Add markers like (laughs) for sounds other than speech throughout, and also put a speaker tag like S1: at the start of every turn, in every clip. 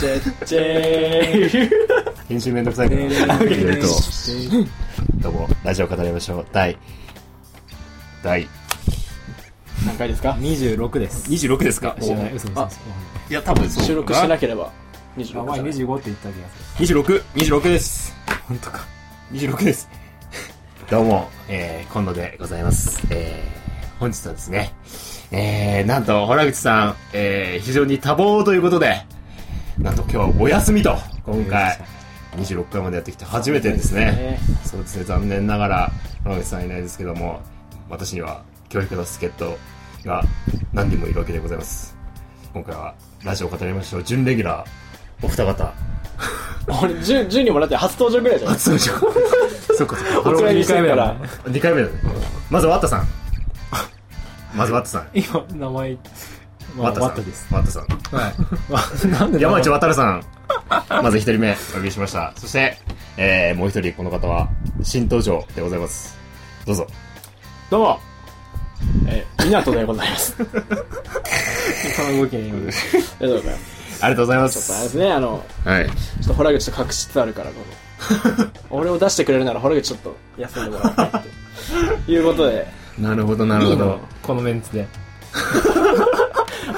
S1: チェッチェ
S2: 編集めんどくさいから。いろいろ
S1: ー
S2: (laughs) と、どうも、ラジオ語りましょう。第、第
S1: 何回ですか
S3: 26です。
S2: 26ですか
S1: 知らない
S3: 嘘嘘
S1: あ
S3: 嘘。
S2: いや、多分そう。
S1: 収録してなければ
S3: あ、前
S1: 26
S3: 25って言った気がする。
S2: 26、26です。
S3: 本当か。
S2: 26です。どうも、えー、今度でございます。えー、本日はですね、えー、なんと、原口さん、えー、非常に多忙ということで、なんと今日はお休みと、今回、26回までやってきて初めてですね。そうですね、残念ながら、原口さんいないですけども、私には教育の助っ人が何人もいるわけでございます。今回は、ラジオ語りましょう、準レギュラー、お二方、
S1: 俺 10, 10人もらって初登場ぐらいじゃん
S2: 初登場。そっかそっか
S1: こちらにしてるから
S2: 二回目だね。まずワッタさん。まずワッタさん。
S3: 今、名前、まあ、ワットです。。
S2: ワッタさん。
S3: はい。 (laughs) なんで
S2: 山内
S3: ワ
S2: 渡さん。まず一人目、お呼びしました。そして、えー、もう一人、この方は、新登場でございます。どうぞ。
S1: どうもえー、港でございます。あ
S3: その動きに
S1: り
S3: 今。
S1: がとうございます。
S2: ありがとうございま。
S1: ちょっとあれですすね、あの、
S2: はい。
S1: ちょっと洞口と隠しつつあるから、この俺を出してくれるなら洞口ちょっと休んでもらおうっていうことで、
S2: なるほど、なるほど。
S3: このメンツで。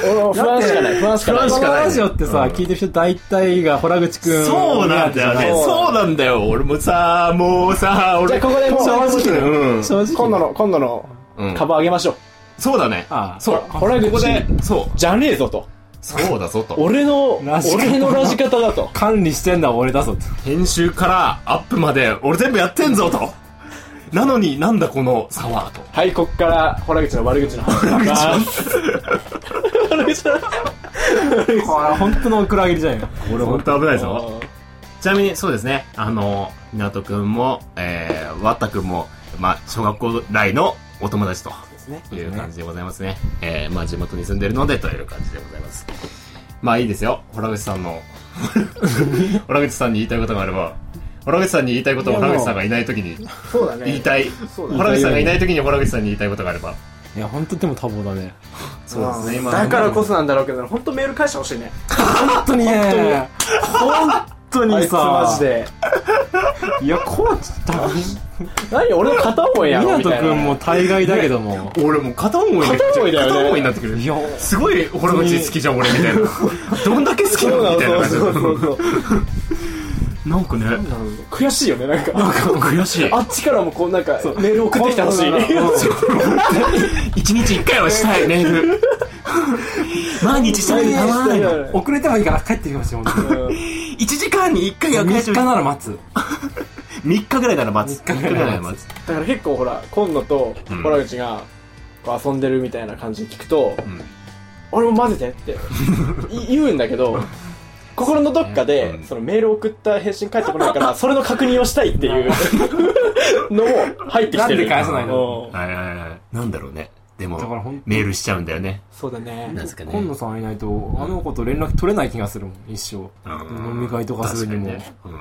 S1: 俺も不安しかない、不安しかない。
S2: 不安し
S3: こ
S2: か
S3: の
S2: ない
S3: ラジオってさ、
S2: うん
S3: 聞いてる人大体が洞口くん。
S2: そうなんだよね。
S1: そ
S2: そううなんだよ。俺もさ、もうさ、
S1: じゃ
S2: 俺
S1: あ、ここでもう、
S3: 正直ね
S2: うん。
S3: 正直。
S1: 今度。の、今度の
S2: うん
S1: カバーあげましょう。
S2: そうだね。
S3: ああ
S2: そう。
S1: ほら
S2: ここで、そう。
S1: じゃねえぞと。
S2: そうだぞと。
S1: 俺の、
S3: ラジ方
S1: 俺のラジ方だと。
S3: 管理してんのは俺だぞと。
S2: 編集からアップまで俺全部やってんぞとなのになんだこの差はと
S1: はい、こっから、洞口の悪口の話をします。洞口の
S3: これ本当のクラゲじゃんよ。
S2: 俺本当危ない
S1: 話。
S2: ちなみにそうですねあの湊くんもえー、わったくんもまあ小学校来のお友達と
S1: ですね。
S2: いう感じでございますねえー、まあ地元に住んでるのでという感じでございますまあいいですよ洞口さんの (laughs) 洞口さんに言いたいことがあれば洞口さんに言いたいことを洞口さんがいない時に
S1: そうだね
S2: 言いたい
S1: そう
S2: 洞
S1: だね
S2: 口さんがいない時に洞口さんに言いたいことがあれば
S3: いや、本当でも多忙だね。
S2: そうですね今
S1: だからこそなんだろうけど、本当メール返してほしいね。
S3: 本当にね。本当
S1: あ
S3: に
S1: いつ
S3: さ。
S1: マジで。
S3: いや、こうちった。
S1: 何俺の片思いやろみ
S3: 湊
S1: たいな。
S3: くんも大概だけども。
S2: 俺もう片思いに
S1: 片思いだよね
S2: 片思いになってくる
S3: いや、
S2: すごいホラムチ好きじゃん俺みたいな (laughs) どんだけ好きな
S1: そう
S2: の
S1: な
S2: みたいな
S1: の
S2: 感じ
S1: そうそうそうそう。
S2: なんかね
S1: 悔しいよね、なんか。
S2: 悔しい
S1: あっちからもこうなんか、メール送ってきてほしい。 (laughs)
S2: 一日一回はしたいメール毎日したいたまらないの
S3: 遅れてもいいから帰ってきましょう。
S2: 1時間に1回は
S3: 3日なら待つ。
S2: 3日ぐらいなら待つ
S3: 三日ぐらいなら
S2: 三日
S3: 待
S2: つ
S1: だから結構ほら、今野と
S2: ん
S1: 洞口が、こう遊んでるみたいな感じで聞くと、
S2: ん
S1: 俺も混ぜ
S3: (laughs)
S1: てってい言うんだけど、心のどっかで、
S2: うん
S1: そのメール送った返信返ってこないから、それの確認をしたいっていう (laughs) のも入ってきてる。
S3: なんで返さないの
S1: うん
S2: はいはいはいなんだろうねでも
S3: だからほん
S2: メールしちゃうんだよね
S1: そうだね。
S2: なぜかね
S3: 今野さんいないと、あの子と連絡取れない気がするもん、一生。飲み会とかするにも。
S2: 確かにねうん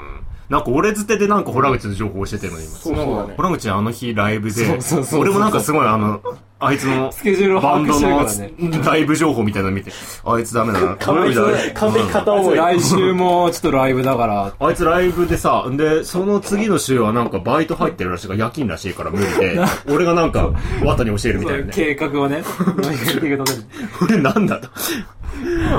S2: なんか俺捨てでなんかホラムチの情報教えてるの今
S1: そうそうだね
S2: ホ。ラムチあの日ライブで
S3: そうそうそうそう
S2: 俺もなんかすごいあのあいつの
S3: スケジュールを
S2: バ
S3: 把
S2: ン
S3: 握
S2: ド
S3: してるからね。
S2: のライブ情報みたいなの見て、あいつダメだな。
S1: 完璧だね完璧片思い。
S3: 来週もちょっとライブだから、
S2: あいつライブでさ、で、その次の週はなんかバイト入ってるらしいから、夜勤らしいから無理で、俺がなんか、ワタに教えるみたいなね。
S3: 計画を
S2: (laughs)
S3: ね、
S2: 俺なんだと。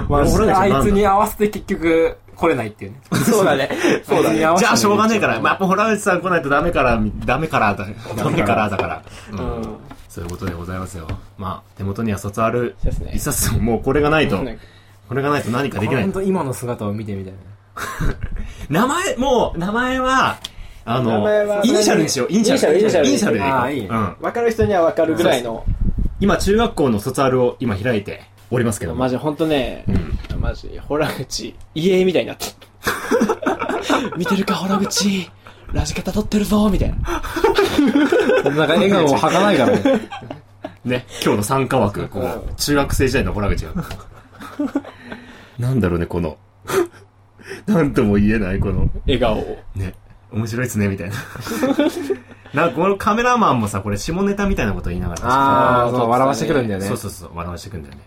S3: ま
S2: 俺たち
S3: あ、あいつ
S2: なん
S3: に
S2: だ
S3: 合わせて結局来れないっていうね。
S1: そうだね。そう
S3: (laughs)
S1: だね。
S2: じゃあしょうがねえから、まあ、やっ
S3: ま
S2: ぱホラウチさん来ないとダメから、ダメから、だダメからだから。うん
S1: うん。
S2: そういうことでございますよ。まあ、手元には卒ある
S1: そうですね
S2: 一冊、もうこれがないと、
S1: なんか
S2: これがないと何かできない
S3: 本。当今の姿を見てみたいな。
S2: 名前、もう、名前は、あ
S1: 名前は
S2: の、イニシャルにしよう。イニシャル。
S1: イニシャルイニシャル
S2: イニシャル
S3: あーい
S2: で
S3: い
S2: こううん。
S1: わかる人にはわかるぐらいの。
S2: 今、中学校の卒アルを今開いておりますけども
S1: マ。ジほんとね、マジ、洞口、家みたいになって
S3: (laughs)
S1: る見てるか、洞口。ラジカタ撮ってるぞ、みたいな。
S3: なんか笑顔を吐かないからね。
S2: ね、今日の参加枠、こ
S1: う
S2: う、中学生時代のホラ口が。なんだろうね、この、 (laughs) なんとも言えない、この、
S1: 笑顔を。
S2: ね、面白いっすね、みたいな。 (laughs) なんか、このカメラマンもさ、これ、下ネタみたいなこと言いながらさ
S3: ああ、そう、笑わしてくるんだよね。
S2: そうそうそう、笑わしてくんだよね。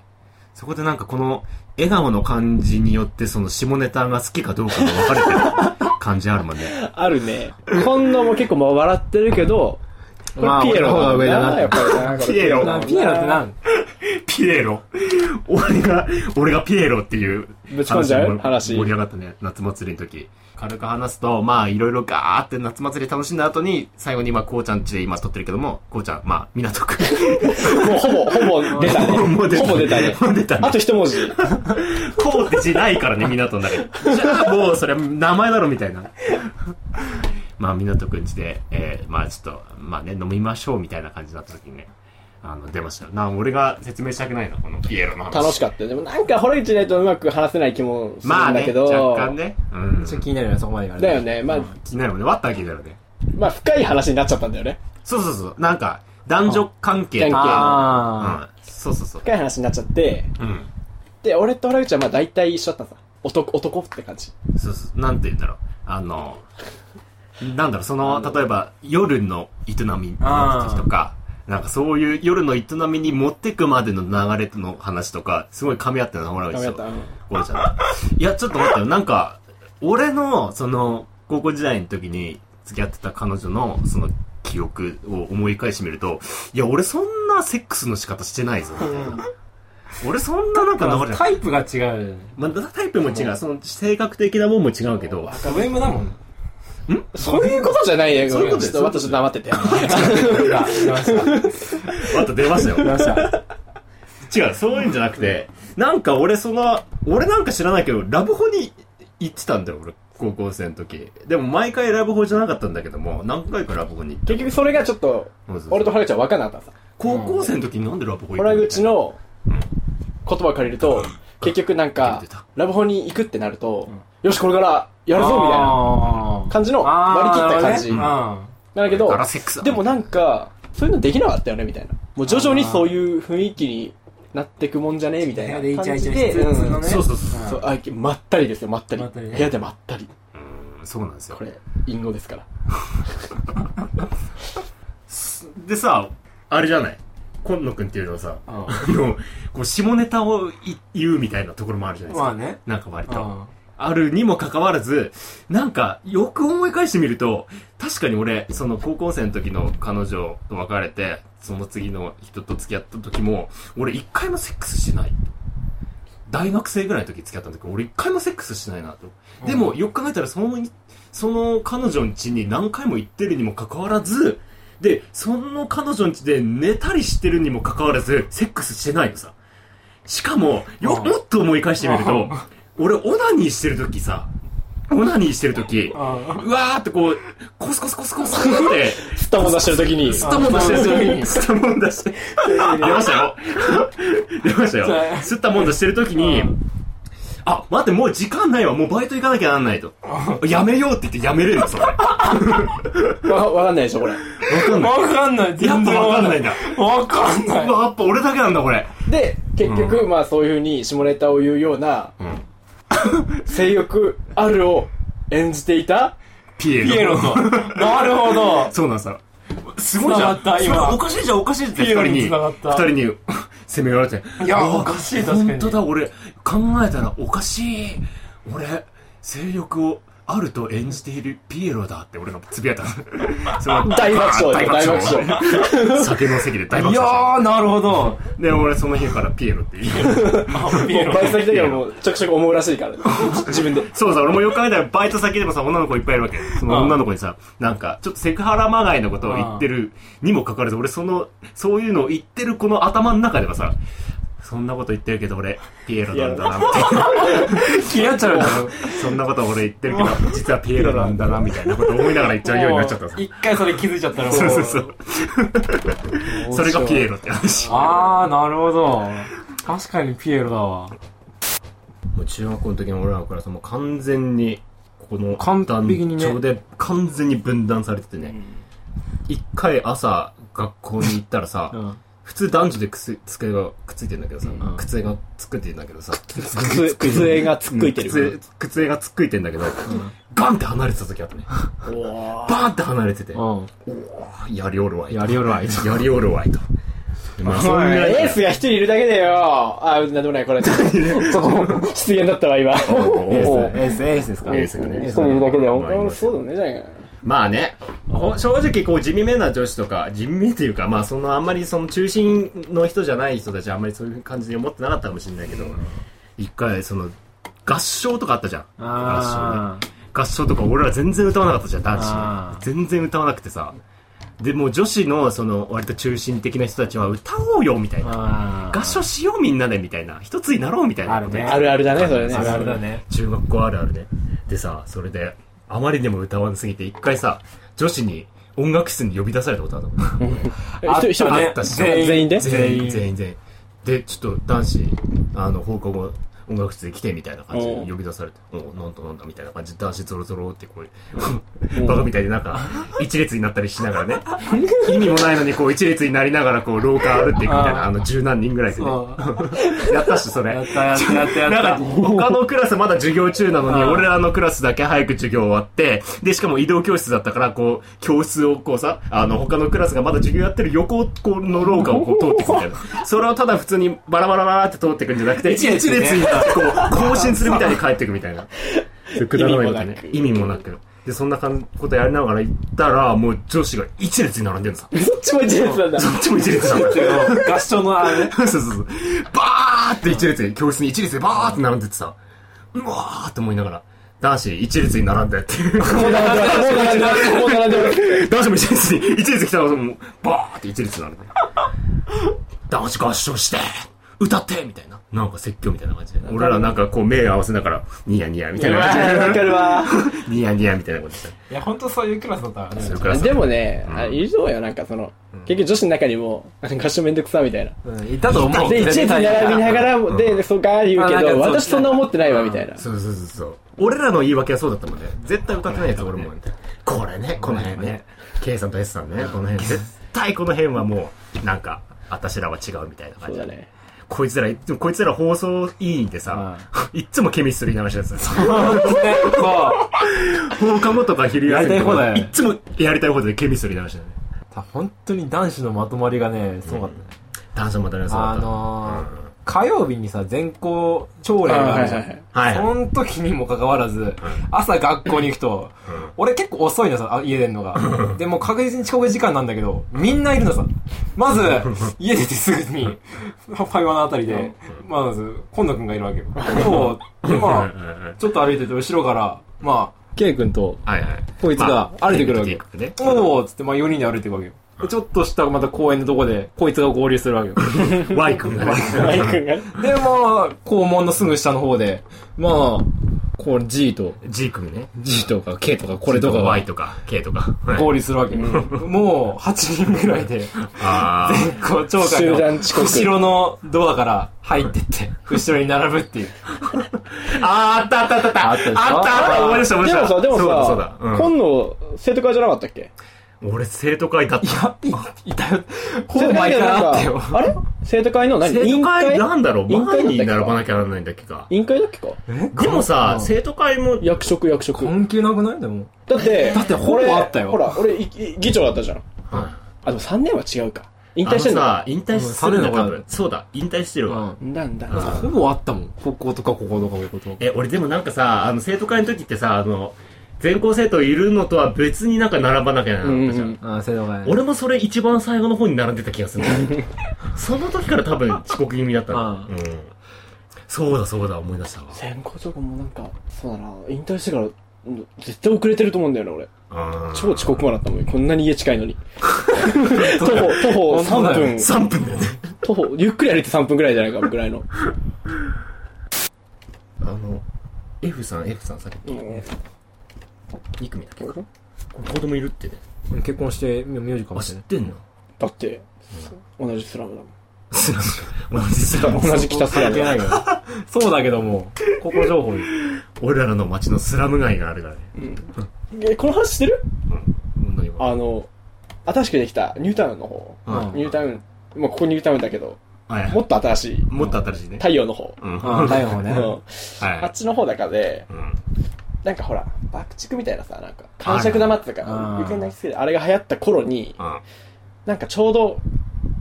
S2: そこでなんかこの笑顔の感じによってその下ネタが好きかどうかが分かれてる感じあるも
S1: (laughs)
S2: んね。
S1: あるね。今度も結構もう笑ってるけど、これ
S2: まあ
S1: ピエロ
S2: 俺の方が上だな
S1: やっぱりな
S2: ピエロ
S1: これ
S3: なピエロってなん
S2: ピエロ。俺が、俺がピエロっていう
S1: ぶち込んじゃう話
S2: 盛り上がったね、夏祭りの時。軽く話すと、まあいろいろガーって夏祭り楽しんだ後に、最後に今こうちゃんちで今撮ってるけども、こうちゃん、まあ港区。
S1: もうほぼ、ほぼ出たね。
S2: もう出
S1: (laughs)
S2: た
S1: ほぼ出たね。
S2: (laughs) もう出たね
S1: あと一文字。
S2: こうって字ないからね、港の中に。じゃあもうそれ名前だろみたいな。まあ港くんちで、えーまあちょっと、まあね、飲みましょうみたいな感じになった時にね、あの、出ましたよ。な、俺が説明したくないな、このピエロの話。
S1: 楽しかったよ。でもなんか、堀内ないとうまく話せない気もする
S2: まあ
S1: んだ
S2: ね
S1: け、ど。
S2: 若干ね。うん。
S3: ちょっと気になるよね、そこまで言われ
S1: だ
S3: た
S1: よ
S3: ら。
S1: ね。まあ、
S2: 気になるもんね。割ったわけだよね。
S1: まあ、深い話になっちゃったんだよね。
S2: そうそうそう。なんか、男女関係と
S1: 関
S2: か。うん。
S3: あ
S2: そうそうそう。
S1: 深い話になっちゃって、
S2: うん。
S1: で、俺と堀内はまあ大体一緒だったさ。男、男って感じ。
S2: そうそう。なんて言うんだろう。あの、なんだろう、その、例えば、夜の営みの話とか、なんかそういう夜の営みに持ってくまでの流れの話とか、すごい噛み合ってるの、ほら、
S1: ダメだった。うん
S2: ゴロちゃんが。いや、ちょっと待ってよ。なんか、俺の、その、高校時代の時に付き合ってた彼女の、その、記憶を思い返してみると、いや、俺そんなセックスの仕方してないぞ、みたいな。俺そんななんか流
S3: あ。
S2: れ
S3: タイプが違うよね。
S2: まあ、タイプも違う。その、性格的なもんも違うけど。
S3: ド M だもん。
S1: そういうことじゃないよ。
S2: そういうこと
S1: ち
S2: で
S1: ょっ
S2: す
S1: と私ちょっと黙ってて。
S2: (laughs)
S3: 出ました。
S2: また出ました
S3: 出
S2: よ。
S3: ました。
S2: 違う、そういうんじゃなくて、なんか俺その、俺なんか知らないけど、ラブホに行ってたんだよ、俺。高校生の時。でも毎回ラブホじゃなかったんだけども、何回かラブホに行って。
S1: 結局それがちょっと
S2: そうそうそ、う
S1: 俺と堀内は分かんなかったさ。
S2: 高校生の時になんでラブホ行った
S1: 堀口の言葉を借りると、結局なんか
S2: 出た、
S1: ラブホに行くってなると、よし、これからやるぞみたいな
S3: な
S1: 感じの割り切った感じ。なんだけど
S2: だからセックス、だ
S1: でもなんか、そういうのできなかったよねみたいな。もう徐々にそういう雰囲気になってくもんじゃねえみた
S3: 部
S1: い
S3: 屋
S1: な
S3: で
S1: 感
S3: イ
S1: じ
S3: チャイチャ
S1: で、
S3: してる普通の
S1: うん
S3: ね
S2: そうそうそう。
S1: そうあまったりですよ、まったり。
S3: まったりね
S1: 部屋でまったり。
S2: うんそうなんですよ
S1: こ。れ、隠語ですから。
S2: でさ、あれじゃない今野くんっていうのはさ、あ
S3: あ
S2: の、こう下ネタをい言うみたいなところもあるじゃないです
S3: ま
S2: か。
S3: あね。
S2: なんか割と。
S3: うん
S2: あるにもかかわらず、なんか、よく思い返してみると、確かに俺、その高校生の時の彼女と別れて、その次の人と付き合った時も、俺一回もセックスしない。大学生ぐらいの時付き合った時、俺一回もセックスしないなと。でも、よく考えたら、その、その彼女の家に何回も行ってるにもかかわらず、で、その彼女の家で寝たりしてるにもかかわらず、セックスしてないのさ。しかも、よ、
S3: うん
S2: もっと思い返してみると、俺、オナニーしてる時さ、オナニーしてる時、うわ
S3: あ
S2: ーってこう、コスコスコスコスって、
S1: 吸ったもん出してる時に、
S2: スタモン (laughs) 出してる時に、スタモン出して、出ましたよ。出ましたよ。吸ったもん出してる時に、あ、待って、もう時間ないわ。もうバイト行かなきゃなんないと。やめようって言ってやめれるの、それ。わ
S1: わわかんないでしょ、これ。
S2: かんない。
S3: わかんない。
S2: やっぱわかんないんだ。
S3: わかんない。
S2: うわやっぱ俺だけなんだ、これ。
S1: で、結局、まあそういうふうに下ネタを言うような、
S2: ん
S1: 性欲あるを演じていた
S2: ピエロ。
S3: ピエロと。なるほど。
S2: そうなんさ。すごいじゃん。
S3: 繋がった今
S2: それおかしいじゃん、おかしいって
S3: ピエ
S2: 二人
S3: ロに
S2: に、
S3: 繋がった
S2: 二人に (laughs) 責められて。
S3: いや
S2: うわ
S3: おかしい確かに
S2: 本当だ、俺、考えたらおかしい。俺、性欲を、あると演じているピエロだって俺がつぶやいた。
S3: (laughs)
S2: その
S1: 大爆笑だ
S2: 大
S1: よ
S2: 爆笑。
S1: 大爆
S2: 酒の席で大
S3: い
S2: 爆
S3: や
S2: 笑
S3: ー、なるほど。
S2: した。で、俺その日からピエロって言う。
S3: ピ
S1: も
S3: エ
S1: う
S3: ロ
S1: バイト先だけどもうちょくちょく思うらしいから、自分で。
S2: そうさ、俺もよく考えたらバイト先でもさ、女の子いっぱいいるわけ。その女の子にさ、なんか、ちょっとセクハラまがいのことを言ってるにもかかわらず、俺その、そういうのを言ってるこの頭の中ではさ、そんなこと言ってるけど俺、ピエロなんだな、みたいな。
S3: 気になっちゃうよ。
S2: そんなこと俺言ってるけど、実はピエロなんだな、みたいなことを思いながら言っちゃうようになっちゃった
S3: も
S2: さ
S3: う。一回それ気づいちゃったらもう。
S2: そうそうそう。それがピエロって話。
S3: あー、なるほど。確かにピエロだわ。
S2: もう中学校の時の俺らからさ、もう完全に、この
S3: 完璧にね
S2: 団長で完全に分断されててね。一回朝、学校に行ったら
S3: (laughs)
S2: さ、
S3: ん
S2: 普通男女でくす机がくっついてんだけどさ、
S3: ん
S2: 靴がつくってんだけどさ、
S1: 靴、靴がつっくいて
S2: 靴
S1: る。
S2: 靴がつっくいてんだけど、ガンって離れてた時あったね。バーンって離れてて、
S3: うん。
S2: やりおるわいと。
S3: やりおるわい
S2: やりおるわいと。まあ、そんぐらい。
S1: エースが一人いるだけでよ。あ、なんでもない、こ (laughs) れ。ちょっと失言だったわ、今。
S2: お
S1: 一
S2: ーエース
S3: エース、エースですか
S2: エースがね
S1: 人いるだけで、
S2: まあ
S1: 本当そうだね、じゃない
S2: まあね、ほ正直こう地味めな女子とか、地味めというか、まあそのあんまりその中心の人じゃない人たちはあんまりそういう感じに思ってなかったかもしれないけど、一回その合唱とかあったじゃん。合唱ね
S3: あ
S2: 合唱とか俺ら全然歌わなかったじゃん、男
S3: あ
S2: 子。
S3: ー
S2: 全然歌わなくてさ。で、もう女子のその割と中心的な人たちは歌おうよみたい
S3: あ。
S2: な。
S3: ああ。
S2: 合唱しようみんなでみたいな。一つになろうみたいなこと言って
S1: あるあるだね、それね。
S3: あるあるだね。
S2: 中学校あるあるね。でさ、それで、あまりにも歌わなすぎて、一回さ、女子に音楽室に呼び出されたことあるの。
S1: え一人、一人
S2: あ
S1: で
S2: ったし
S3: 全員
S1: 全員で
S2: (laughs) 全員、全員、全員。で、ちょっと男子、あの、放課後、音楽室で来てみたいな感じで呼び出されて、おうなんとなんだみたいな感じで男子ゾロゾロってこう、バカみたいでなんか、一列になったりしながらね、意味もないのにこう一列になりながらこう廊下歩いていくみたいな、あの十何人ぐらいでね。やったっしょ、それ。
S3: やったやったやったや
S2: (laughs)
S3: っ
S2: なんか、
S3: た。
S2: 他のクラスまだ授業中なのに、
S3: うん
S2: 俺らのクラスだけ早く授業終わって、で、しかも移動教室だったから、こう、教室をこうさ、あの、他のクラスがまだ授業やってる横をこうの廊下をこう通ってくみたいな。それをただ普通にバラバラバラって通ってくんじゃなくて、一
S3: 一
S2: 列
S3: 列ね
S2: にこう、更新するみたいに帰ってくみたいな。 (laughs) くだらないことね。意
S1: 意
S2: 味もなく。で、そんなかんことやりながら行ったら、もう女子が一列に並んでるの (laughs) さ。
S1: そっちも一列なんだ。
S2: どっちも一列なんだ。
S3: 合唱のあれ。
S2: そうそうそう。バーって一列で、教室に一列でバーって並んでってさ、うわーって思いながら、男子一列に並ん
S1: (laughs)
S2: でっていう。
S1: もう並んでます。もう並んでます。もう並んでます。
S2: (laughs) 男子も一列に、一列来たらもう、バーって一列に並んで。男子合唱して歌ってみたいな。なんか説教みたいな感じで。俺らなんかこう目合わせながら、ニヤニヤみたいな
S1: うわ
S2: 感
S1: わ
S2: じ
S1: か
S2: で。
S1: るわ。
S2: (laughs) ニヤニヤみたいなことして。
S3: いや、本当そういうクラスだったからね。
S2: それからさ
S1: でもね、あいると思うよ、なんかその、結局女子の中にも、なんか合唱めんどくさみたいな。
S3: うんいたと思う。
S1: で、一列に並びながらも、で、でそうか言うけ
S3: あなん
S1: ど、
S3: かそう
S1: 私そんな思ってないわ、みたいな。
S2: そうそうそうそう。俺らの言い訳はそうだったもんね。絶対歌ってないやつ俺も。みたいなこれね、この辺ね。K さんと S さんね、この辺。絶対この辺はもう、なんか、私らは違うみたいな
S1: そ
S2: 感
S1: う
S2: じ
S1: だ
S2: だね。
S1: ね。
S2: こいつら、いつもこいつら放送委員でさ、いっつもケミストリーの話です
S3: (laughs)
S2: よ。
S3: そ
S2: 放課後とか昼休みとか、
S3: やりたい放題
S2: いっつもやりたい放題でケミストリーの話だね。
S3: う。本当に男子のまとまりがね、すごかったね。
S2: 男子も誰もそうだ
S3: あ
S2: った。
S3: のー、火曜日にさ、全校朝礼があるじゃん。
S1: あはい
S2: はいはいはい
S3: その時にもかかわらず、朝学校に行くと、俺結構遅いのさ、あ家出ん
S2: (laughs)
S3: のが。で、もう確実に遅刻時間なんだけど、みんないるのさ。まず、家出てすぐに、ファイワのあたりで、まず、今野くんがいる
S2: (laughs)
S3: わけよ。今日、
S2: うん
S3: 今、
S2: うんうん
S3: ちょっと歩いてて、後ろから、まあ、ケイくんと、
S2: はいはい。
S3: こいつが
S2: まあ
S3: 歩いてくるわけ
S2: 歩いてくるね
S3: おーっつって、まあ4人で歩いていくわけよ。でちょっとしたまた公園のとこで、こいつが合流するわ
S2: (laughs)
S3: けよ。
S2: Y 君がね。
S1: マイ君がね。
S3: で、まあ、校門のすぐ下の方で、まあ、こう G と、
S2: G 君ね。
S3: G とか K とかこれとかが
S2: Y とか K とか。はい
S3: 合流するわけ。もう、8人ぐらい (laughs) で、
S2: あー
S3: こう、鳥
S1: 集
S3: 海
S1: 団
S3: の
S1: 遅刻
S3: 後ろのドアから入ってって、後ろに並ぶっていう。
S2: あーあったあったあったあ
S3: あ
S2: っあっ
S3: ったたでしょ
S2: たあった思い出した思い
S1: で
S2: 出し
S1: も
S2: た
S1: さ、でも
S2: そうだそう
S1: さ
S2: だ、うん
S1: 今度、生徒会じゃなかったっけ
S2: 俺生徒会だった
S3: いや、いいたよ。ほ
S1: 生徒会
S3: ぼ毎
S1: じゃ
S3: 回
S1: な
S3: あ
S1: かっ
S3: っ
S1: たた
S3: よ。
S1: あれ生徒会の何委
S2: 生徒
S1: 員
S2: 会
S1: 会
S2: なんだろう
S1: 委員
S2: 前
S1: 会だっ
S2: に
S1: たっけ
S2: 並ばなきゃならないんだっけか
S1: 委員会だっけか
S2: でもさ生徒会も
S1: 役職役職。
S3: 関係なくないでも。
S1: だって、
S3: だってほぼ
S1: 俺
S3: あったよ
S1: ほら、俺、いい議長だったじゃん。
S2: あ
S1: あ、でも3年は違うか。引退
S2: の
S1: してんの
S2: さ
S1: か。
S2: 引退するんだ
S3: うんそれ
S2: 多
S3: の
S2: 分そうだ引退して
S3: う
S2: るわ
S3: ん。
S1: なんだ。
S3: ほぼあったもん。こことかこことかこことか。
S2: え俺でもなんかさあの生徒会の時ってさあの全校生徒いるのとは別になんか並ばなきゃならなかったじゃ
S1: うんうん
S2: ん
S3: あ、生徒会。
S2: 俺もそれ一番最後の方に並んでた気がする
S1: (laughs)
S2: んだよその時から多分遅刻気味だったの
S3: ああ
S2: うんそうだそうだ思い出したわ
S1: 全校とかもなんか、そうだな、引退してから、うん絶対遅れてると思うんだよな、俺。
S2: あー
S1: 超遅刻魔だったもん。こんなに家近いの
S3: (laughs)
S1: に。徒歩、徒歩
S3: 本当だ
S1: 3分。
S2: 3分だよね
S1: 徒歩、ゆっくり歩いて3分くらいじゃないか、ぐらいの。
S2: あの、F さん、F さんさっき、2組だっけこれ子供いるってね。
S3: 結婚して、名字かも
S2: あ、
S3: し
S2: 知
S3: れ
S2: っ
S3: ない。
S2: てんの
S1: だって、同じスラムだもん。
S2: 知らん。同じスラム。
S1: 同じ北スラ
S3: 関
S1: ム
S3: 係
S1: だもん
S3: ないから。そうだけども、ここ情報に。
S2: 俺らの町のスラム街があるからね。
S1: え、この話してる
S2: 本当にもう
S1: あの、新しくできた、ニュータウンの方。
S2: はい
S1: ニュータウン、まあ、ここニュータウンだけど、
S2: はい
S1: もっと新しい、
S2: もっと新しいね。
S1: 太陽の方。
S2: うん。は
S3: あ、だよ
S1: う
S3: ね。
S1: んあっ
S2: い。
S1: ちの方だからで、
S2: うん
S1: なんかほら、爆竹みたいなさ、なんか、感触玉ってたか
S3: あ
S1: ら、
S3: ー
S1: 受けないすぎて、あれが流行った頃に、
S2: うん
S1: なんかちょうど、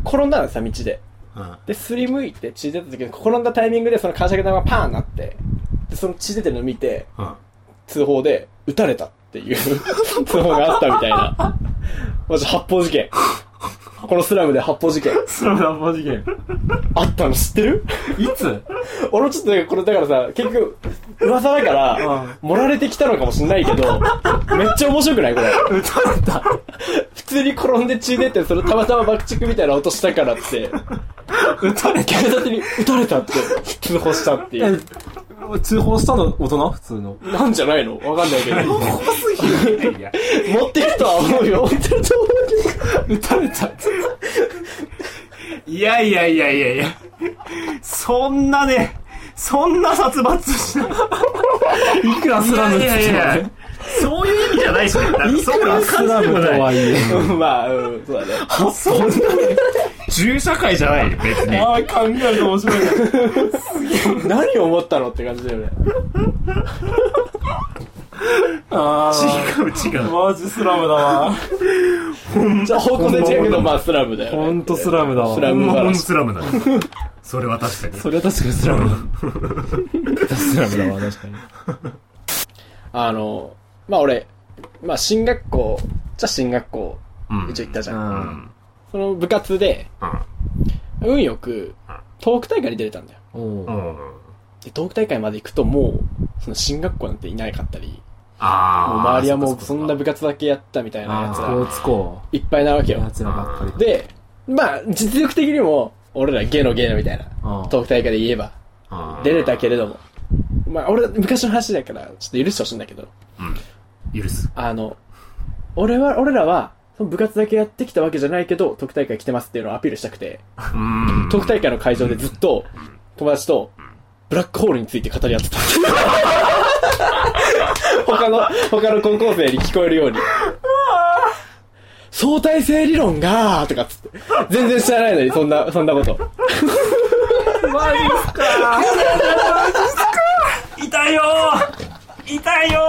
S1: 転んだんですよ、道で。
S2: うん。
S1: で、すりむいて血出た時に、転んだタイミングでその感謝玉がパーンなって、で、その血出てるの見て、
S2: うん。
S1: 通報で、撃たれたっていう通報があったみたいな。マジ発砲事件。このスラムで発砲事件。
S2: スラムダン事件。
S1: あったの知ってる
S3: いつ
S1: 俺もちょっとねこれだからさ、結局、噂だから、盛られてきたのかもしんないけど、めっちゃ面白くないこれ。
S3: 撃たれた。
S1: 普通に転んで血出て、それたまたま爆竹みたいな音したからって、
S3: 撃たれた。
S1: 警察に撃たれたって通報したっていう。
S3: え、通報したの大人普通の。
S1: なんじゃないのわかんないけど。
S2: いや、
S1: 持ってるとは思うよ。持ってると思うけど。
S3: 撃たれた。
S2: いやいやいやいやいや。そんなね、そんな殺伐しない。
S3: いくらスラムって言ってもね
S2: いやいやいやそういう意味じゃないし、なんかそんな
S3: ス
S2: 感
S3: ラ
S2: じで
S3: ム
S2: も
S3: と
S2: な。
S3: はいいえ。
S1: うんまあ、うん、そうだね。
S2: そんなね、銃社会じゃないよ、別に。
S3: ああ、考えると面白い。
S1: 何を思ったのって感じだよね。
S3: あ
S2: 違う違
S3: あ、
S2: う。
S3: マジスラムだわ。
S1: じゃあ方向性違うけど、まあ、スラムだ
S3: ほ
S1: よね。
S3: んとスラムだわ。
S1: スラム
S2: ほんま
S1: 話
S2: ほんとスラムだ。それは確かに。
S3: それは確かにスラムだ。スラムだわ、確かに。
S1: あの、まあ俺、まあ、進学校、じゃあ進学校、
S2: うん
S1: 一応行ったじゃん。
S2: うん。
S1: その部活で、運よく、東北大会に出れたんだよ。
S3: お
S2: う。
S3: うん
S2: うん。
S1: で、東北大会まで行くともう、その進学校なんていなかったり、
S2: ああ。
S1: もう周りはもう
S2: っか
S1: そ
S2: っか
S1: んな部活だけやったみたいなやつ
S3: ス
S2: あ
S1: が
S3: ポーツ校。
S1: いっぱいなわけよ
S3: や。つらばっかり。
S1: で、まあ、実力的にも、俺らゲのゲのみたいな、
S3: うん
S1: 東北大会で言えば、
S2: うん
S1: 出れたけれども、まあ俺、昔の話だから、ちょっと許してほしいんだけど、
S2: 許す。
S1: あの、俺は、俺らは、その部活だけやってきたわけじゃないけど、特大会来てますっていうのをアピールしたくて、
S2: うん。
S1: 特大会の会場でずっと、友達と、ブラックホールについて語り合ってた。 (laughs) 他の、他の高校生に聞こえるように。相対性理論がーとかっつって。全然知らないのに、そんな、そんなこと。
S3: マジっすかマジっすか痛いよー痛いよ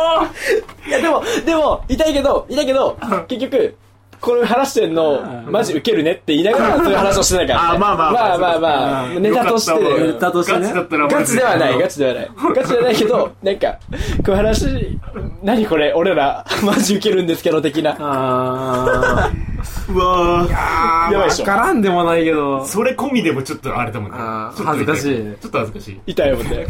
S1: いや、でも、でも、痛いけど、痛いけど、結局、これ話してんの、マジウケるねって言いながら、そういう話をしてないから、ね。
S2: あまあまあ
S1: まあまあまあ、ネタとして
S2: よかったわ
S1: ね
S3: ネタとしてね
S2: ガチだったら
S1: ガチではない、ガ
S2: チ。
S1: チではない。ガチではないけど、なんか、この話、何これ、俺ら、マジウケるんですけど、的な。
S3: あ
S2: うわー
S3: あ
S1: やばいっし
S3: わ
S1: ょ
S3: からんでもないけど。
S2: それ込みでもちょっとあれだもんね
S3: あー
S2: ちょっと痛
S3: 恥ずかしい
S2: ちょっと恥ずかしい。
S1: 痛いもんね。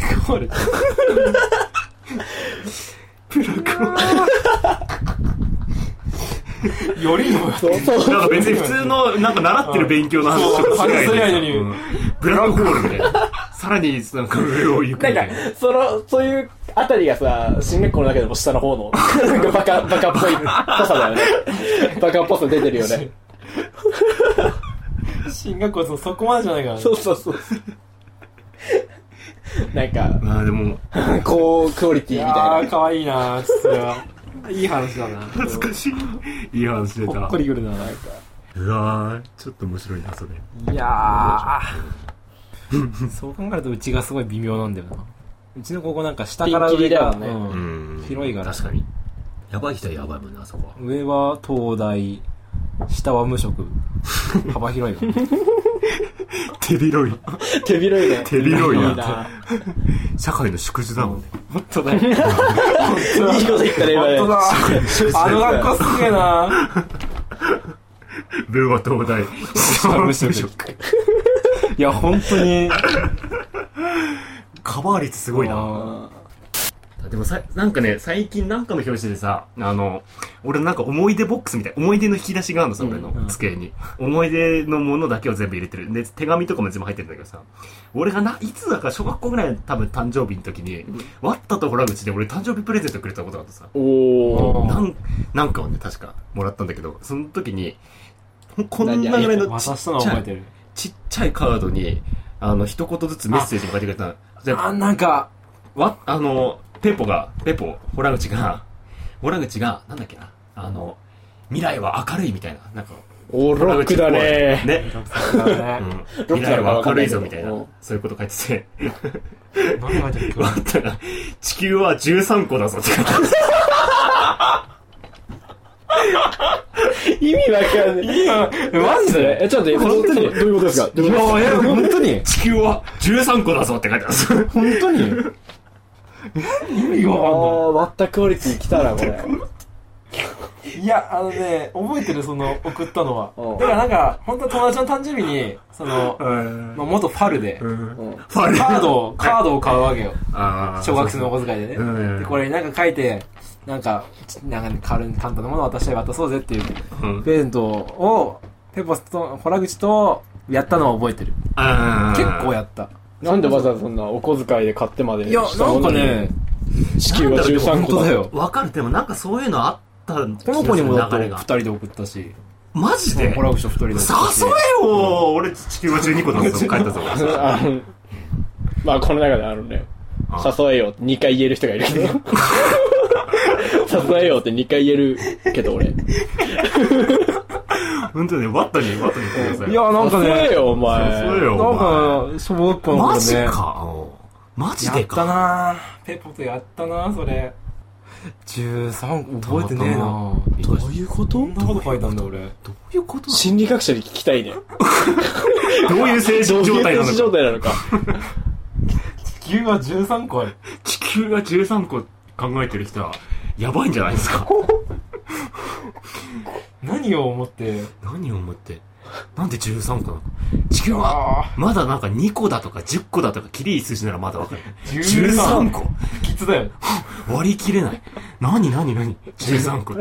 S3: (laughs) (laughs) よりも
S1: そう、そう。
S2: なんか別に普通の、なんか習ってる勉強の話とか
S3: そう話すりゃいいのに
S2: うんブラックホールみたいな。さらに、なんか上を行く
S1: なん
S2: みた
S1: か
S2: いな。、
S1: その、そういうあたりがさ、進学校の中でも下の方の、なんかバカ、バカっぽい、ぽさだよね。バカっぽさ出てるよね。
S3: 進学校そこまでじゃないからね
S1: そうそうそう。なんか、
S2: まあでも、
S1: 高クオリティみ
S3: あ
S1: た
S3: あ
S1: いな。
S3: かわいいなちょっとそれはいい話だな
S2: 恥ずかしい。いい話出た。
S3: ほっこりくるな
S1: なんか
S2: うわー、ちょっと面白いな、それ。
S3: いやーそう考えるとうちがすごい微妙なんだよなうちの高校なんか下から
S1: ピンキ
S3: 上
S1: リだ
S3: が、
S1: よね
S3: うん
S2: ん
S3: 広いから
S2: 確かに。やばい人はやばいもんな、あそこは。
S3: 上は東大下は無職幅広いよ (laughs) ね
S2: 手広い。
S1: 手広いね。
S2: 手広い
S1: い
S2: ない
S1: な。
S2: 社会の縮図だもんね。
S3: 本当だよ
S1: いいこと言ったね、今ね。
S3: 本当だあの学校すげえな
S2: 文は東大。
S3: は無職いや本当に
S2: カバー率すごいな。
S3: あ
S2: でもさ、なんかね、最近なんかの表紙でさ、あの、俺なんか思い出ボックスみたい、思い出の引き出しがあるのさ、俺の
S3: うん
S2: 机に。思い出のものだけを全部入れてる。で、手紙とかも全部入ってるんだけどさ、俺がな、いつだか小学校ぐらいの多分誕生日の時に、割ったと洞口で俺誕生日プレゼントくれたことがあってさ、
S1: おお
S3: うん
S2: なん、なんかをね、確かもらったんだけど、その時に、ほんこんなぐらいの
S3: 渡
S2: ちっ
S3: したのは
S2: ちゃ
S3: 覚え
S2: い
S3: て、る
S2: ちっちゃいカードに、あの、一言ずつメッセージを書いてくれたの。で
S3: あなんか
S2: わ、あの、ペポが、ペポ、ホラグチが、ホラグチが、なんだっけな、あの、未来は明るいみたいな、なんか、
S1: おロックだね。
S2: ね。
S3: だ
S2: う
S3: ね
S2: ん、
S1: ロック
S2: 未
S1: なの
S2: 来
S1: か
S2: は
S1: わか
S2: 明
S1: んな
S2: るい
S1: いけ
S2: ぞ
S1: ど
S2: みたいな
S1: うん、
S2: そういうこと書いてて、
S3: 何書いてるっけ
S2: わったら、地球は13個だぞって書いてある
S1: 意味わかんない。
S3: (laughs) マジ
S1: それ
S3: で
S1: え、ちょっと、どういうことですか
S3: いやいや、本当に
S2: 地球は13個だぞって書いてます。
S3: 本当に意味がわ
S1: ああ、割ったクオリティ来たな、これ。
S3: かんない。いや、あのね、覚えてる、その、送ったのは
S1: うん。
S3: だからなんか、本当友達の誕生日に、その、
S2: うん
S3: まあ、元ファルで、
S1: うん
S2: ファレル
S3: カードを、カードを買うわけよ。
S2: あー
S3: 小学生のお小遣いでね。
S2: うん
S3: で、これになんか書いて、なんか、ちなんかね、軽い簡単なものを渡したい渡そうぜっていう、
S2: うん
S3: プレゼントを、ペポスと、ホラ口と、やったのは覚えてる。
S2: あー
S3: 結構やった。
S1: なんでわざわざそんなお小遣いで買ってまで。
S3: いや、なんかね、、
S1: 地球は13個
S3: 本当だ
S1: だよ。
S3: よ。
S2: わかる。でもなんかそういうのあったこ
S3: この子にもだって、
S2: 流れ
S3: 二
S2: が。
S3: 人で送ったし、
S2: マジで
S3: ホラ口と二人で送ったし。
S2: 誘えよ俺、地球は12個だ
S3: (laughs)
S2: ぞ、書いたぞ。
S1: あのまあ、この中であのね、誘えよって2回言える人がいるけど。誘えよって2回言えるけど俺。
S2: 本当に、ワットに、ワットに言ってください。
S3: いや、なんか
S1: 誘え
S3: ね、
S1: よ、お前。
S2: 誘えよ
S3: なんか、小学校の頃ね。
S2: マジか。うんマジ
S3: や
S2: で
S3: った
S2: か。
S3: なぁ。ペポとやったなぁ、それ。13、覚えてねえな
S2: どういうこと
S3: こんなこと書いたんだ、俺。
S2: どういうことな
S1: 心理学者に聞きたいね。
S2: のどういう精
S1: どう
S2: 神
S1: い
S2: 状
S1: う
S2: 態
S1: 精
S2: なの
S1: 神状
S2: か。
S1: 態なのか。 (laughs)
S3: 地球は13個ある。
S2: 地球が13個考えてる人は、やばいんじゃないです
S3: (laughs)
S2: か。
S3: 何を思って。
S2: 何を思って。なんで13個なの地球は、
S3: あ
S2: まだなんか2個だとか10個だとか、きりいい数字ならまだわかる。
S3: ぁ、13
S2: 13
S3: 個。
S2: 個
S3: きつだよ。 (laughs)
S2: 割り切れない。何何何 ?13 個。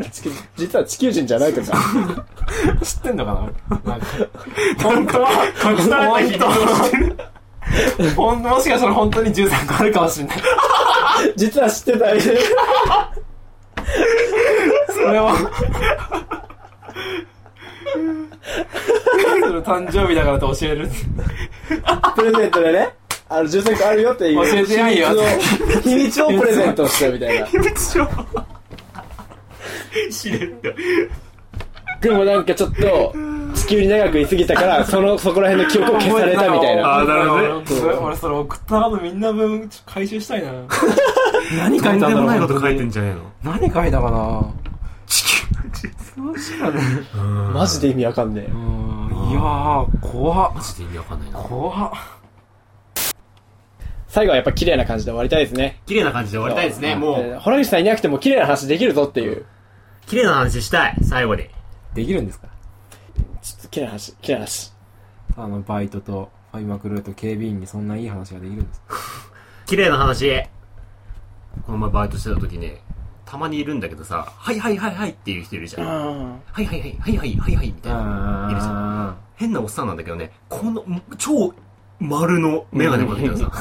S1: 実は地球人じゃないとか。
S3: 知ってんのかななんか。本当は、隠
S2: された秘密を
S3: 知ってる。ほんもしかしたら本当に13個あるかもしれない。
S1: 実は知ってた。
S3: それは。それ誕生日だからと教える。
S1: プレゼントでね。あの、13個あるよっていう。
S3: 教えてないよ
S1: 秘密を、秘密をプレゼントしてみたいな。
S2: 秘密情報。知れんだ。
S1: でもなんかちょっと、地球に長くいすぎたから、その、そこら辺の記憶を消されたみたいな。
S2: あーなるほどね
S3: それ俺それ送ったのみんな分ちょっと回収したいな。
S2: 何
S3: 書いたんだろう
S2: とんでもないこと書いてんじゃねえの
S3: 何書いたかな
S2: 地球
S3: そうしかね。
S1: マジで意味わかんねえ
S3: う。ん、いやー、怖っ。
S2: マジで意味わかんないな。
S3: 怖っ。
S1: 最後はやっぱ綺麗な感じで終わりたいですね。
S2: 綺麗な感じで終わりたいですね。も
S1: え
S2: う、
S1: ー堀口さんいなくても綺麗な話できるぞっていう。
S2: 綺麗な話したい、最後に。
S3: できるんですか
S1: ちょっと綺麗な話、綺麗な話。
S3: あの、バイトと、ファイマクルーと警備員にそんないい話ができるんですか
S2: 綺麗な話。この前バイトしてた時に、たまにいるんだけどさ、はいはいはいはいっていう人いるじゃん。はいはいはい、はいはいはいはいみたいな。いるじゃん。
S3: あ
S2: 変なおっさんなんだけどね、この、超丸のメガネまでたさ、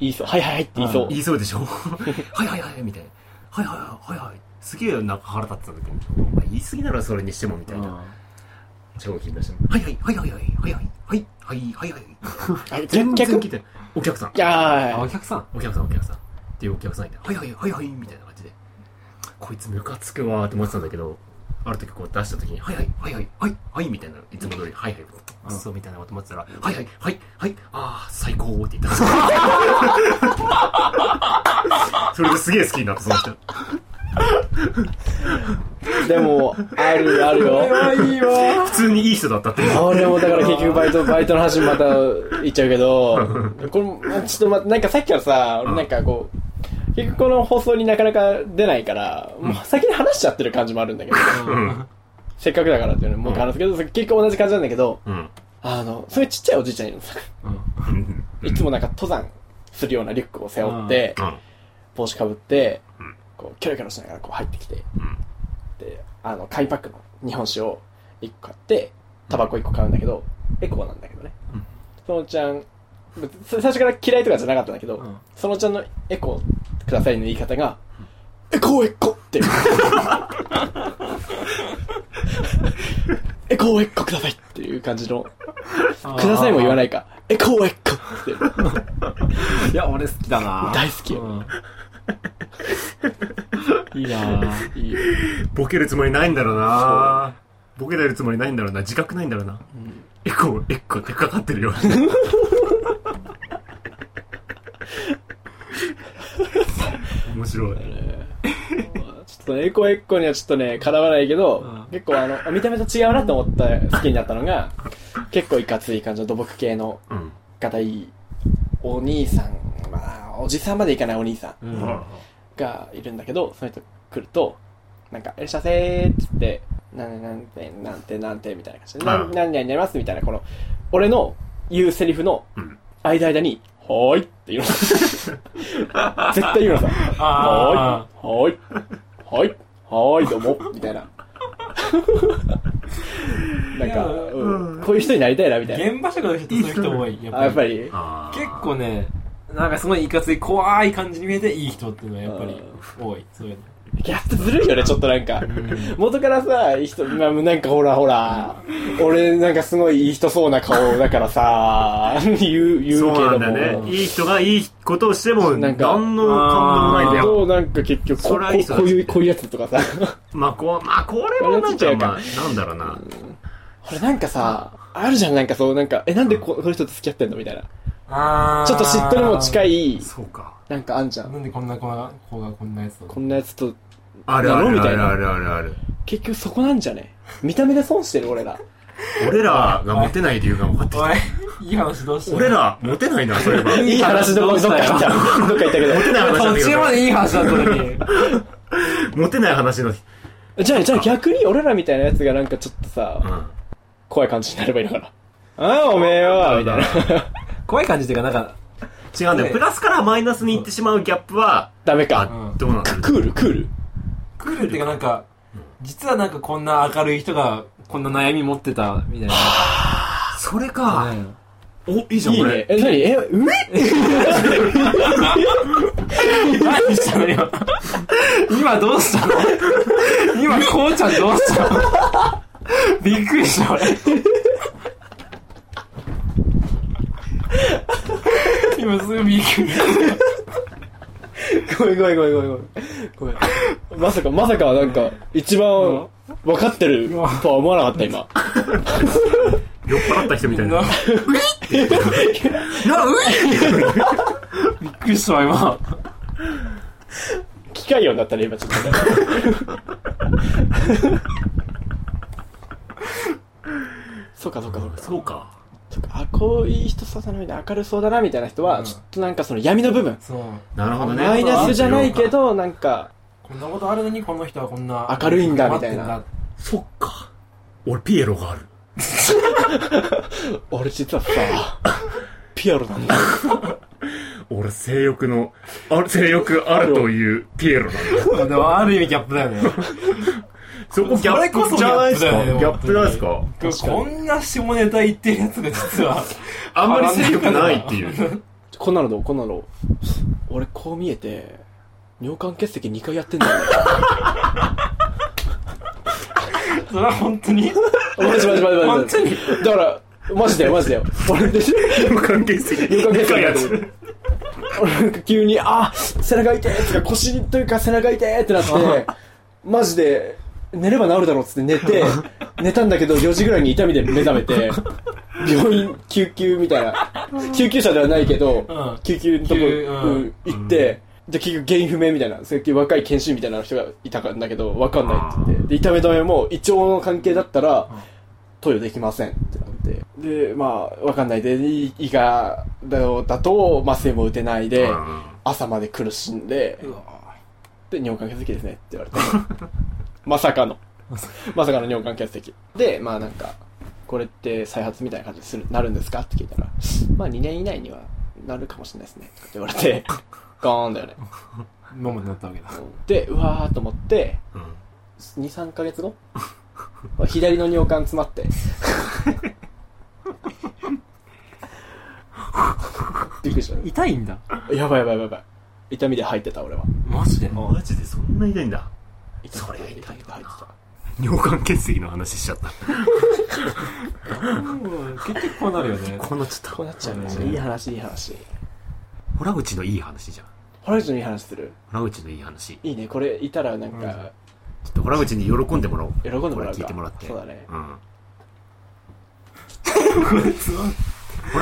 S1: 言いそう。はいはいはいって言いそう。
S2: 言いそうでしょ (laughs) はいはいはい、みたいな。はいはいはい、はいはい。すげえなんか腹立ってたんだけど、お前言い過ぎだろ、それにしても、みたいな。商品出しても。はいはいはいはいはいはいはいはいはいはい。
S1: あ逆
S2: 全然
S1: 逆
S2: 聞いてない。お客さん
S1: い。や
S3: あ、
S1: ー
S3: お客さん。
S2: お客さんお客さんっていうお客さんいて「はいはいはいはい」みたいな感じでこいつムカつくわーって思ってたんだけどある時こう出した時に「はいはいはいはいはいはい」みたいないつも通り「はいはい」クソみたいなこと思ってたら「はいはいはいはいああ最高」って言ったそれですげえ好きになったその人
S1: でも、あるあるよ。
S3: いいわ。
S2: 普通にいい人だったっていう
S1: 俺もだから結局バイト、バイトの話また言っちゃうけ (laughs) ど、これ、ちょっとま、なんかさっきからさ、俺なんかこう、結局この放送になかなか出ないから、もう先に話しちゃってる感じもあるんだけど、 (laughs) せっかくだからっていうのもう一回話すけど、結局同じ感じなんだけど、
S2: うん
S1: あの、そういうちっちゃいおじいちゃんいるのさ。いつもなんか登山するようなリュックを背負って、帽子かぶって、
S2: ん
S1: こう、キョロキョロしながらこう入ってきて、
S2: ん
S1: で、あの、紙パックの日本酒を1個買って、タバコ1個買うんだけど、エコーなんだけどね。
S2: うん
S1: そのちゃん、別に最初から嫌いとかじゃなかったんだけど、
S3: うん。
S1: そのちゃんのエコーくださいの言い方が、エコーエコーっていう。エコーエコーくださいっていう感じの、くださいも言わないいか、エコーエコーっていう。
S3: いや、俺好きだな
S1: 大好きよ。
S3: うんいいなぁ。
S1: いいよ
S2: ボケるつもりないんだろうなボケてるつもりないんだろうな自覚ないんだろうなエコーエコーってかかってる (laughs) よ面白い
S1: ちょっとねエコエコにはちょっとね、絡まないけど、結構あの、あ見た目と違うなと思った、好きになったのが、結構いかつい感じの土木系の
S2: うん。
S1: 方いいお兄さん、まあ、おじさんまでいかないお兄さん
S3: う。
S2: うんん。
S1: がいるんだけど、その人来ると、なんか、いらっしゃいませーっつって、なんなんて、なんて、なんて、みたいな感じで、な
S2: うん
S1: 何々になりますみたいな、この、俺の言うセリフの
S2: うん
S1: 間間に、はーいって言うの。 (laughs) 絶対言うのさ。
S3: あ
S1: はーい、はーい、はい、はーい、どうも、みたいな。なんか、うん、こういう人になりたいな、みたいな。
S3: 現場職の人ってそういう人多い。やっ
S1: あやっ
S3: ぱ
S1: ぱ
S3: り。
S1: り、
S2: あー
S3: 結構ね、なんかすごいいかつい怖い感じに見えていい人っていうのはやっぱり多い。そういうの。
S1: ギャップずるいよね、ちょっとなんか。元からさ、いい人、まあ、なんかほらほら、俺なんかすごいいい人そうな顔だからさ、 (laughs) 言う、言うけど
S2: そ
S1: も。
S2: うなんだよね。いい人がいいことをしても、
S1: な
S2: 何
S1: んか
S2: の感動もないんだよ。
S1: そう、なんか結局、こ
S2: それはい
S1: こ
S2: い人だ
S1: こういう、こういうやつとかさ。 (laughs)
S2: まあ、こう、まあ、これはなん
S1: これは
S2: か、
S1: ちょっと
S2: まあ、なんだろうな。
S1: これなんかさ、あるじゃん、なんかそう、なんか、え、なんでここの人と付き合ってんのみたいな。
S3: あ
S1: ちょっと嫉妬にも近
S3: い。
S1: い、
S2: そうか。
S1: なんかあんじゃん。
S3: なんでこんな子が、子がこんなやつだ
S1: こんなやつと、
S2: あるあ
S1: なのみ
S2: る
S1: た
S2: あ
S1: い
S2: る
S1: な
S2: あるあるある。
S1: 結局そこなんじゃね見た目で損してる、俺ら。
S2: 俺らがモテない理由が分かってき
S3: おい、いい話どうした
S2: た。俺ら、モテないな、そういえ (laughs) ば。
S1: いい話どこどっか行った。どっか行ったけ
S2: モテない話なんだ
S3: 途
S2: け
S3: 中までいい話だったのに。
S2: ど。モテない話の、う
S1: ど。 (laughs) じゃあ、じゃあ逆に俺らみたいなやつがなんかちょっとさ、
S2: ん。
S1: 怖い感じになればいいのかな。 (laughs) ああ、おめえよみたいな。
S3: (laughs) 怖い感じっていうか、なんか、
S2: 違うんだよ。プラスからマイナスに行ってしまうギャップは、
S1: ダメか。
S2: あ、どうなんだろう。
S1: クール、クール。
S3: クールっていうかなんか、実はなんかこんな明るい人が、こんな悩み持ってた、みたいな。
S2: それか。
S3: ね
S2: お、いいじゃん、
S1: いい
S2: こ
S1: ね
S2: れ。。
S1: え、なにえ、う (laughs) め
S3: 何したの今。今どうしたの今、こうちゃんどうしたのびっくりした、俺。今すぐびっくりし
S1: ごめんごめんごめんごめんごめん。ごめん。まさか、まさかなんか、一番分かってるとは思わなかった、今。
S2: 酔っ払った人みた
S3: た。
S2: い
S3: な
S2: な。
S3: な、ういびっくりしたわ、今。
S1: 機械音だったね、今ちょっとね。 (laughs) そうかそうかそうか。
S2: そうか。
S1: そうかあ、こういい人そうだな、みたいな、明るそうだな、みたいな人は、ちょっとなんかその闇の部分。
S3: そう。
S2: なるほどね。
S1: マイナスじゃないけ。ど、なんか、
S3: こんなことあるのに、この人はこんな。
S1: 明るいんだみたいな
S3: 待ってんだ
S2: そっか。俺、ピエロがある。
S1: 俺実はさ、ピアロなんだ。
S2: 俺、性欲の、ある、性欲あるというピエロなんだ。
S3: まあでもある意味ギャップだよね。
S2: (laughs) そこギャ
S3: それこ
S2: ッ
S3: そ
S2: プじゃないですか。
S3: ギャップだよね
S2: ギャップないですか
S3: こんな下ネタ言ってるやつが実 (laughs) は。
S2: あんまり性欲ないって (laughs) いう。
S1: こんなのどうこんなのどう俺こう見えて、尿管結石2回やってんだよ、ね。
S3: それは本当に。
S1: (laughs) マジマジマジマ
S3: 本
S1: ジ
S3: 当に。
S1: だから、マジだよ、マジだよ。俺でしょ
S2: 関係性。
S1: 尿管結石や
S2: や
S1: って
S2: つ。
S1: る。俺なんか (laughs) 急に、あ、背中痛いとか腰というか背中痛いってな
S3: (laughs)
S1: って、マジで、寝れば治るだろうっつって寝
S3: (laughs)
S1: て、寝たんだけど4時ぐらいに痛みで目覚めて、病院、救急みたいな。救急車ではないけど、
S3: うん
S1: 救急のとこ、
S3: 救うん
S1: うん行って、で、結局原因不明みたいな、そういう若い研修医みたいな人がいたんだけど、わかんないって言って、で、痛め止めも胃腸の関係だったら、投与できませんってなって、で、まあ、わかんないで、い胃が、だだと、麻酔も打てないで、朝まで苦しんで、で、尿管結石ですねって言わ (laughs) れた。まさかの。まさかの尿管結石。で、まあなんか、これって再発みたいな感じでする、なるんですかって聞いたら、まあ2年以内にはなるかもしれないですね。って言われ (laughs) て、ガーンだよね。
S3: (laughs) 今までなったわけだ。
S1: で、うわーと思って、
S2: うん
S1: 2、3ヶ月後 (laughs) 左の尿管詰まって。 (laughs) びっくりし
S3: 痛いんだ。
S1: た。やばいやばいやばいやばい。痛みで入ってた、俺は。
S3: マジで。
S2: マジでそんな痛いんだ。
S1: 痛
S2: それが
S1: みで
S2: 痛
S1: 入
S2: い
S1: っ
S2: よ
S1: てた。入ってた
S2: 尿管結石の話しちゃった。
S3: 結局こうなるよね。
S2: こうなっちゃっ
S1: こうな
S2: た。
S1: っちゃうね
S3: う。ん
S1: いい話、いい話。
S2: ホ口のいい話じゃん。
S1: 原口のいい話する。
S2: ホ口のいい話。ち
S1: いいね、これいたらなんか、
S2: ょっとホ口に喜んでもらおう。
S1: 喜んでもらうか
S2: これ聞いてもらって。
S1: そうだね
S2: ん。ホ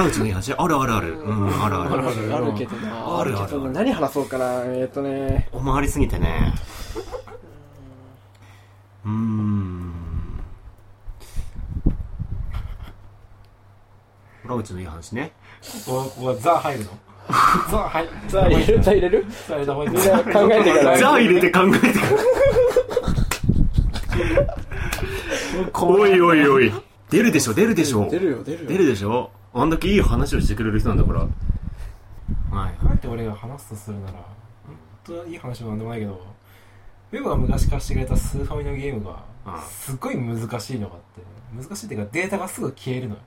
S2: 口のいい話あるあるある。うん、あるあ
S1: あ (laughs) る
S2: る。
S1: あるあるけどな。
S2: あるある
S1: けどな何話そうかな。えーっとね。
S2: おまわりすぎてね。うーん。川口のいい話ね。
S3: ここはザ (laughs) 入るのザはい
S1: さあ、入れるさあ入れる
S3: ザ入れた方がいい
S1: みんな考えてから
S2: ザ入れて考え
S1: (laughs)
S2: てから。おいおいおい。出るでしょ、出るでしょ。
S1: 出るよ、出るよ。
S2: 出るでしょ。あんだけいい話をしてくれる人なんだから。はい。
S3: あえて俺が話すとするなら本当いい話もなんでもないけどウェブが昔貸してくれたスーファミのゲームが
S2: うん
S3: すっごい難しいのがあって難しいっていうかデータがすぐ消えるのよ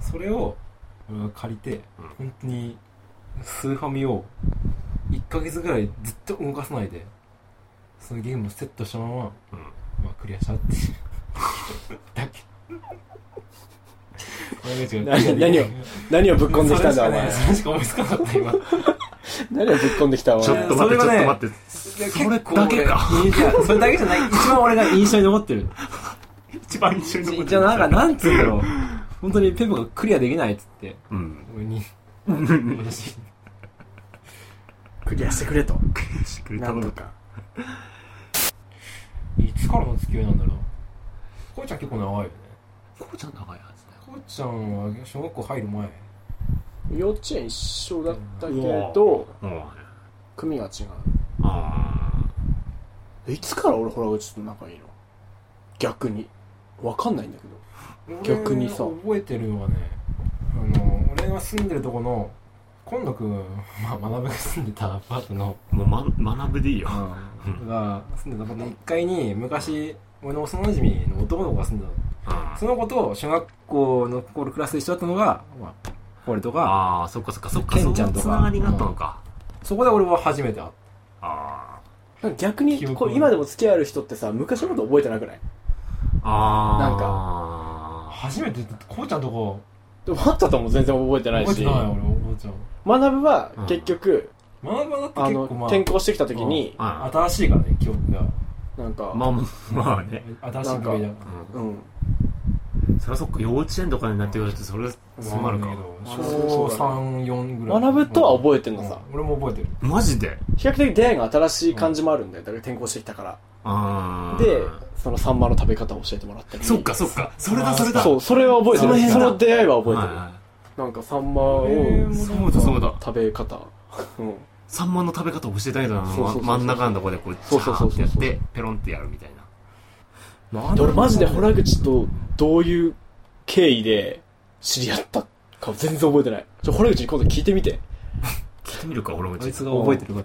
S3: それを俺が借りて、
S2: うん
S3: 本当にスーファミを1ヶ月ぐらいずっと動かさないでそのゲームをセットしたまま、
S2: うん
S3: まあ、クリアしたっていう (laughs) だけ
S1: 何何を何をぶっ込んできたんだ、お前。
S3: それしか思いつかなかった今
S1: 何をぶっ込んできた、お
S2: ちょ
S1: 前
S2: っ。と待って、ちょっ
S3: それがね
S2: と待って。それだけか。
S3: いやそれだけじゃない一番俺が印象に残ってる
S2: 一番一緒に
S3: じゃあなん (laughs) かなんつうんだろう本当にペプがクリアできないっ
S1: (laughs)
S3: つって
S2: うん。
S3: 俺に私
S2: クリアしてくれと。クリアしてくれ
S1: なん
S2: 頼
S1: と
S2: む。
S1: か。
S3: いつからの付き合いなんだろうこうちゃん結構長いよね
S2: こうちゃん長いはずだよ。
S3: こうちゃんは小学校入る前
S1: 幼稚園一緒だったけど、
S2: うん。
S1: 組が違う。
S2: あ
S1: いつから俺、ホラ口と仲いいの逆に。わかんないんだけど。逆にさ
S3: 俺覚えてるのはねあの俺が住んでるとこの今野くん、 (laughs) まあ、学が住んでたアパートの
S2: あ。もう、ま、学ぶでいいよ。
S3: が住んでたアパートの1階に昔俺の幼馴染の男の子が住んで
S2: あ
S3: たその子と小学校の頃クラスで一緒だったのが、まあ、俺とか
S2: あー、そっかそっかそっか。
S3: ケンちゃんと
S2: そ
S3: か
S2: のつながりがあったのか。
S3: そこで俺は初めて会っ
S2: あ
S1: なんか逆に
S3: 記、憶
S1: こう今でも付き合える人ってさ、昔のこと覚えてなくない
S2: あ。ああ。
S1: なん
S3: た
S2: か。
S3: 初めてってこうちゃんとこ
S1: でも、あったとも全然覚えてない
S3: 覚
S1: し。
S3: えてない俺覚えちゃう
S1: 学ぶは
S2: うん
S1: 結局、
S3: 学ばだって
S1: あ
S3: 結
S1: の
S3: 構ま、あ
S1: 転校してきた時に、
S2: あ
S3: 新しいからね記憶が
S1: なんか、
S2: まあ、まあね。
S3: 新しいからだ
S2: う
S1: うん。
S2: ん。そりゃそっか、幼稚園とかになってくると、それ、そうなるか。
S3: 小3、4ぐらい。
S1: 学ぶとは覚えてんの
S3: うん
S1: さ。
S3: 俺も覚えてる。
S2: マジで
S1: 比較的出会いが新しい感じもあるんだよ。だから転校してきたから。
S2: ああ。
S1: で、そのサンマの食べ方を教えてもらったり。
S2: そっかそっか。それだそれだ。
S1: そう、それは覚えて
S2: その
S1: る。
S2: 辺
S1: そ
S2: だ
S1: の出会いは覚えてる。
S2: は
S1: なんかサンマを
S3: えー
S2: そうだそうだ
S1: 食べ方。うん。
S2: サンマの食べ方教えたいな
S1: そうそうそうそう
S2: 真ん中のとこでこう
S1: そうそうそうそう
S2: ジャーってやってペロンってやるみたいな
S1: で俺マジで洞口とどういう経緯で知り合ったか全然覚えてない。ちょ、洞口に今度聞いてみて。
S2: 聞いてみるか俺も
S3: あいつが
S1: 覚
S3: 覚
S1: え
S3: え
S1: て
S3: てるか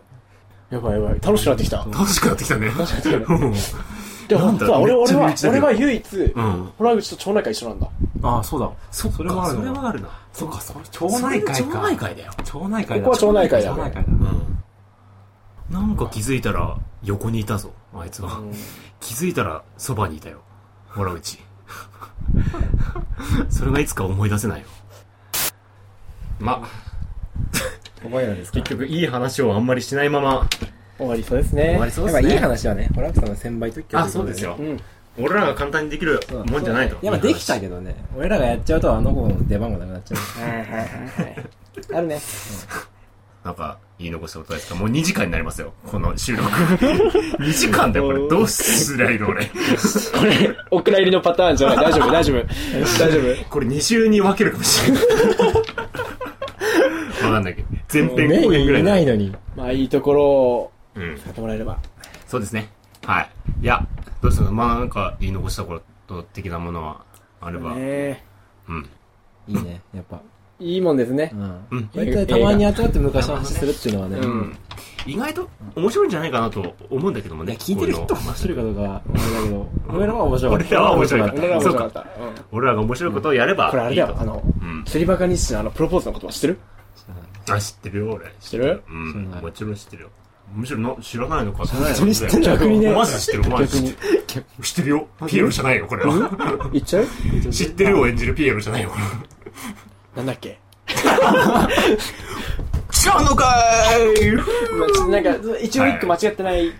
S1: やばいやばい。楽しくなってきた。
S2: 楽しくなってきたね
S1: 楽しくなってきたね。
S2: うん
S1: でも本当は俺、
S2: なんだ
S1: 俺
S2: め
S1: は
S2: っ、ちゃ
S1: 俺は唯一、
S2: うん
S1: 洞口と町内会一緒なんだ。
S3: ああ、そうだ。
S2: そっか
S3: それはあるな
S2: それはあるな
S3: そっか、それ、町
S2: それ
S3: 内会か。
S2: 町内。会だよ
S3: 町内会だ。
S1: ここは町内会だ
S3: 町内会
S2: う
S3: だ。
S2: んなんか気づいたら横にいたぞあいつは気づいたらそばにいたよらうち (laughs) それがいつか思い出せないよま
S4: お前らです
S2: 結局いい話をあんまりしないまま
S4: 終わりそうですね。
S2: 終わりそうですね
S4: やっぱいい話はね、ホラクさんの専売特許
S2: あそうですよ
S1: うん。
S2: 俺らが簡単にできる
S4: そう。
S2: もんじゃないと
S4: やっぱできたけどね、俺らがやっちゃうとあの子の出番がなくなっちゃう。はいはいはい。あるね。
S2: なんか、言い残したことないですかもう2時間になりますよ、この収録。2時間だよ、これ。どうすりゃいいの、俺。
S1: これ、お蔵入りのパターンじゃない。大丈夫、大丈夫。大丈
S2: (laughs)
S1: 夫。
S2: これ2週に分けるかもしれない。 (laughs) わかんないけど。前編
S4: メ
S2: 後
S4: イ
S2: 編
S4: ン
S2: ぐら
S4: い
S2: い
S4: な
S2: で。
S4: いのに。
S1: まあ、いいところを、
S2: うん。
S1: やってもらえれば。
S2: そうですね。はい。いや、どうしたのまあなんか、言い残したこと的なものは、あれば。
S1: ね
S2: うん。
S4: いいね、やっぱ。
S1: いいもんですね
S4: う。ん。
S2: うん。
S4: 毎回たまに集まって昔の話するっていうのはね、
S1: うん。
S2: 意外と面白いんじゃないかなと思うんだけども
S4: い
S2: ね。
S4: や、聞いてる人
S2: こう
S4: も
S2: うの
S4: 面白いかどうかはあれだけど、俺らは面白い。
S2: 俺らは面白い
S1: 俺らも面白かった。うん
S2: 俺らが面白いことをやればいいと。
S1: これあれだよ、あの、
S2: うん。
S1: 釣りバカ日誌のあの、プロポーズの言葉知ってる
S2: あ、知ってるよ、俺。
S1: 知ってる
S2: う
S4: 知ら
S2: ん
S4: ない
S2: もちろん知ってるよ。むしろな知らないのか。知ら
S4: ないの
S2: 知ってる
S1: 逆にね
S2: マジで知ってる、マジで知ってる。知ってるよ。 (laughs) ピエロじゃないよ、これは。
S1: 言っちゃう
S2: (laughs) 知ってるを演じるピエロじゃないよ、これは。
S1: なんだっけ
S2: (laughs) 知らんのか
S1: まあちょっとなんか、一応一個間違ってない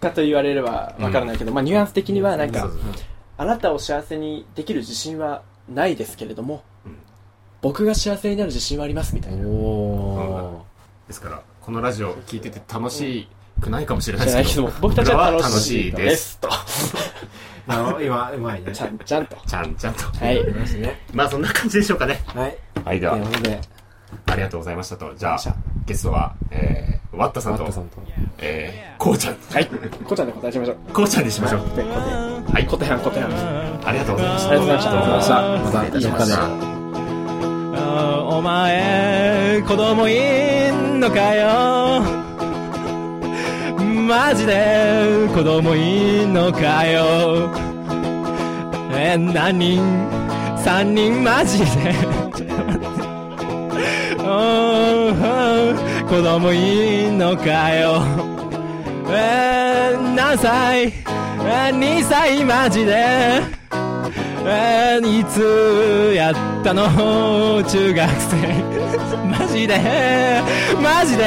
S1: かと言われればわからないけど、まあニュアンス的にはなん
S2: ーい
S1: か、あなたを幸せにできる自信はないですけれども、
S2: うん
S1: 僕が幸せになる自信はありますみたいな。
S4: お
S2: ですから、このラジオ聞いてて楽しくないかもしれない
S1: じゃ
S2: で
S1: ない
S2: す
S1: け
S2: け
S1: ど
S2: ど
S1: も、、僕たちは楽
S2: 僕
S1: しい
S2: らは
S1: で
S2: 楽し
S1: す。と。
S4: ー。あの、今、うまいね。
S1: ちゃんちゃんと。
S2: ちゃんちゃんと。
S1: はい。
S4: ましたね。
S2: まあそんな感じでしょうかね。
S4: はい。
S2: はい、で
S5: と
S2: は
S5: いう、ことで、
S2: ありがとうございましたと。じゃあ
S5: ありがとうござい、
S2: ゲストは、えー、ワッタさん
S5: ワッ
S2: と
S5: ト、さんと。
S2: えー、こうちゃん、
S1: はい。こうちゃんで答えしましょう。
S2: こうちゃんにしましょう。
S1: で、答え。
S2: はい、
S1: 答えは答えは。
S2: ありがとうございました。
S1: ありがとうございました
S2: ども
S5: また
S2: 失礼いたしました。
S3: お前子供いんのかよ (laughs) マジで子供いんのかよえ何人三人マジで (laughs) ちょっと待っておー子供いんのかよえー何歳え2歳マジでえーいつやったの中学生 (laughs) マジでマジで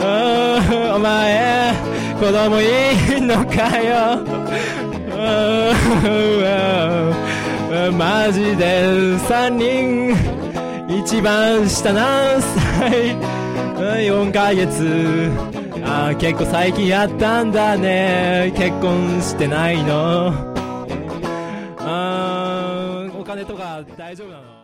S3: うんお前子供いんのかようんうんマジで3人一番下何歳4ヶ月あー結構最近やったんだね結婚してないのあーお金とか大丈夫なの